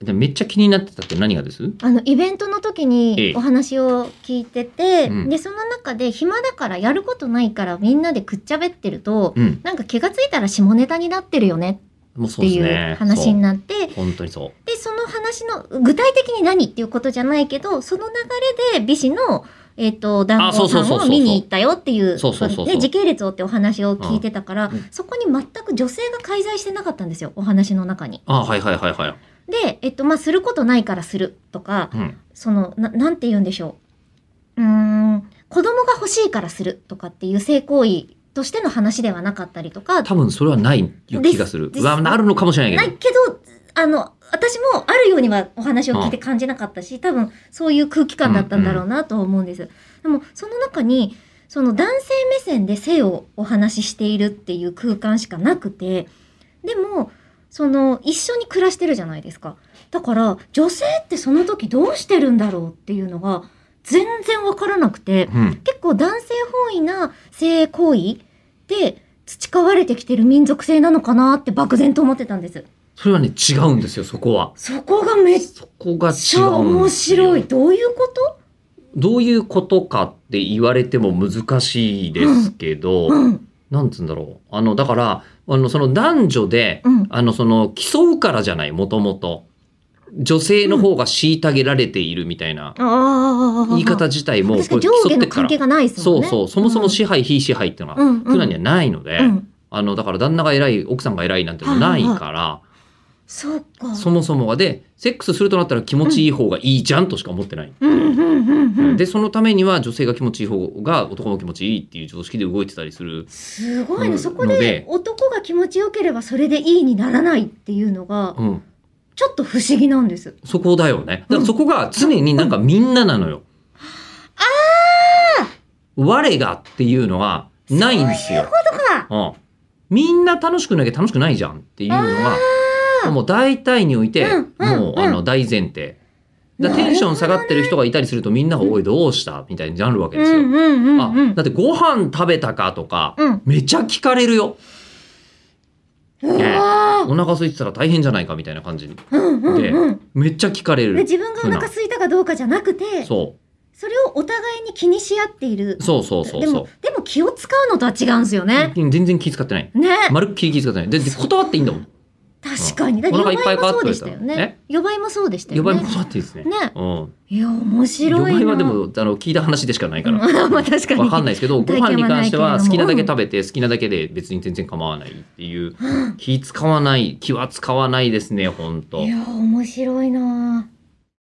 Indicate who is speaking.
Speaker 1: でめっちゃ気になってたって何がです
Speaker 2: あのイベントの時
Speaker 1: え
Speaker 2: に
Speaker 1: え
Speaker 2: お話を聞いてて、
Speaker 1: うん
Speaker 2: でその中で暇だからやることないからみんなでくっちゃべってると、
Speaker 1: うん。
Speaker 2: なんか気がついたら下ネタになってるよね
Speaker 1: もうそ
Speaker 2: っ
Speaker 1: うで
Speaker 2: て
Speaker 1: す
Speaker 2: い
Speaker 1: ね
Speaker 2: う。話になって、
Speaker 1: そう本当にそ
Speaker 2: でその話の具体的に何っていうことじゃないけどその流れで美子のえっと団
Speaker 1: あそ
Speaker 2: 子
Speaker 1: うそう
Speaker 2: さ
Speaker 1: そ
Speaker 2: ん
Speaker 1: うそ
Speaker 2: を
Speaker 1: う
Speaker 2: 見に行ったよっていう
Speaker 1: そうそうそうそう
Speaker 2: で時系列をってお話を聞いてたから、
Speaker 1: うん
Speaker 2: そこに全く女性が介在してなかったんですよお話の中に。
Speaker 1: う。あはいはいはいはい。
Speaker 2: で、えっとまあ、することないからするとか
Speaker 1: うん。
Speaker 2: そのななんて言うんでしょううーん子供が欲しいからするとかっていう性行為としての話ではなかったりとか
Speaker 1: 多分それはないような気がする。
Speaker 2: です
Speaker 1: うわ、あるのかもしれな
Speaker 2: ない
Speaker 1: け
Speaker 2: い
Speaker 1: ど。
Speaker 2: けど、あの、私もあるようにはお話を聞いて感じなかったし、多分そういう空気感だったんだろうなとは思うんです。でも、その中に、その男性目線で性をお話ししているっていう空間しかなくて、でも、その、一緒に暮らしてるじゃないですか。だから、女性ってその時どうしてるんだろうっていうのが、全然わからなくて、
Speaker 1: うん。
Speaker 2: 結構男性本位な性行為で培われてきてる民族性なのかなって漠然と思ってたんです。
Speaker 1: それはね、違うんですよ、そこは。
Speaker 2: そこがめっ
Speaker 1: そこが違うんです
Speaker 2: ちゃ
Speaker 1: よ。
Speaker 2: 面白い。どういうこと
Speaker 1: どういうことかって言われても難しいですけど、
Speaker 2: うん。
Speaker 1: なんつうんだろう。あの、だから、あの、その男女で、
Speaker 2: うん。
Speaker 1: あの、その、競うからじゃない、もともと。女性の方が虐げられているみたいな
Speaker 2: ああ。
Speaker 1: 言い方自体も、
Speaker 2: 確かに上
Speaker 1: 競
Speaker 2: 下
Speaker 1: って
Speaker 2: の
Speaker 1: っか
Speaker 2: 関
Speaker 1: ら
Speaker 2: 係。がないです
Speaker 1: そ
Speaker 2: もん
Speaker 1: う
Speaker 2: ね。
Speaker 1: そう。そもそも支配、非支配っていうの
Speaker 2: う
Speaker 1: が、
Speaker 2: ん。うん。
Speaker 1: 普段にはないので、
Speaker 2: うん。
Speaker 1: あの、だから旦那が偉い、奥さんが偉いなんてのはないか、。
Speaker 2: そうから
Speaker 1: そもそもがで、セックスするとなったら気持ちいい方がいいじゃんとしか思ってない。
Speaker 2: うんうんうんうん。
Speaker 1: で、そのためには女性が気持ちいい方が男も気持ちいいっていう常識で動いてたりする。
Speaker 2: すごい
Speaker 1: うん
Speaker 2: ね。そこ
Speaker 1: の
Speaker 2: で
Speaker 1: で
Speaker 2: 男が気持ちよければそれでいいにならないっていうのが、
Speaker 1: うん。
Speaker 2: ちょっと不思議なんです。
Speaker 1: そこだよね。だからそこが常になんかみんななのよ。ああ我がっていうのはないんですよ。
Speaker 2: とか。
Speaker 1: うん。みんな楽しくなきゃ楽しくないじゃんっていうのが、もう大体において、
Speaker 2: うんうん
Speaker 1: もうあの大前提。だ
Speaker 2: なるほどね
Speaker 1: テンション下がってる人がいたりするとみんなが、おい、どうしたみたいになるわけ
Speaker 2: う
Speaker 1: ですよ。
Speaker 2: んうんうんうん
Speaker 1: あ、だってご飯食べたかとか、
Speaker 2: うん。
Speaker 1: めちゃ聞かれるよ。
Speaker 2: う
Speaker 1: ね
Speaker 2: わー
Speaker 1: お腹空いてたら大変じゃないかみたいな感じに。
Speaker 2: うんうんうん
Speaker 1: めっちゃ聞かれ
Speaker 2: で
Speaker 1: る。
Speaker 2: 自分がお腹空いたかどうかじゃなくてそ
Speaker 1: そ
Speaker 2: れをお互いに気にし合っている
Speaker 1: う。そうそうそう
Speaker 2: で
Speaker 1: そう
Speaker 2: も。でも気を使うのとは違うんですよね、
Speaker 1: 全然気遣ってない。
Speaker 2: ね
Speaker 1: まるっきり気遣ってない。で、で断っていいんだもん。
Speaker 2: 確かにだっ
Speaker 1: お
Speaker 2: て
Speaker 1: 腹いっ
Speaker 2: 予
Speaker 1: ぱい
Speaker 2: 倍
Speaker 1: か
Speaker 2: も
Speaker 1: か
Speaker 2: そ
Speaker 1: って
Speaker 2: うで
Speaker 1: る
Speaker 2: したよ
Speaker 1: え
Speaker 2: ね予倍もそうでした
Speaker 1: 呼
Speaker 2: よ
Speaker 1: ば
Speaker 2: ね
Speaker 1: れも断っていいですね。
Speaker 2: ね
Speaker 1: うん。
Speaker 2: いや面
Speaker 1: 呼ば
Speaker 2: 白いな
Speaker 1: れはでも、あの、聞いた話でしかないから。
Speaker 2: うん まあ確かに
Speaker 1: わかんないですけど、ご 飯に
Speaker 2: 体験はな
Speaker 1: 関
Speaker 2: い
Speaker 1: して
Speaker 2: けれども
Speaker 1: は好きなだけ食べて、好きなだけで別に全然構わないっていう。気使わない、気は使わないですね、ほんと
Speaker 2: い。や面白いな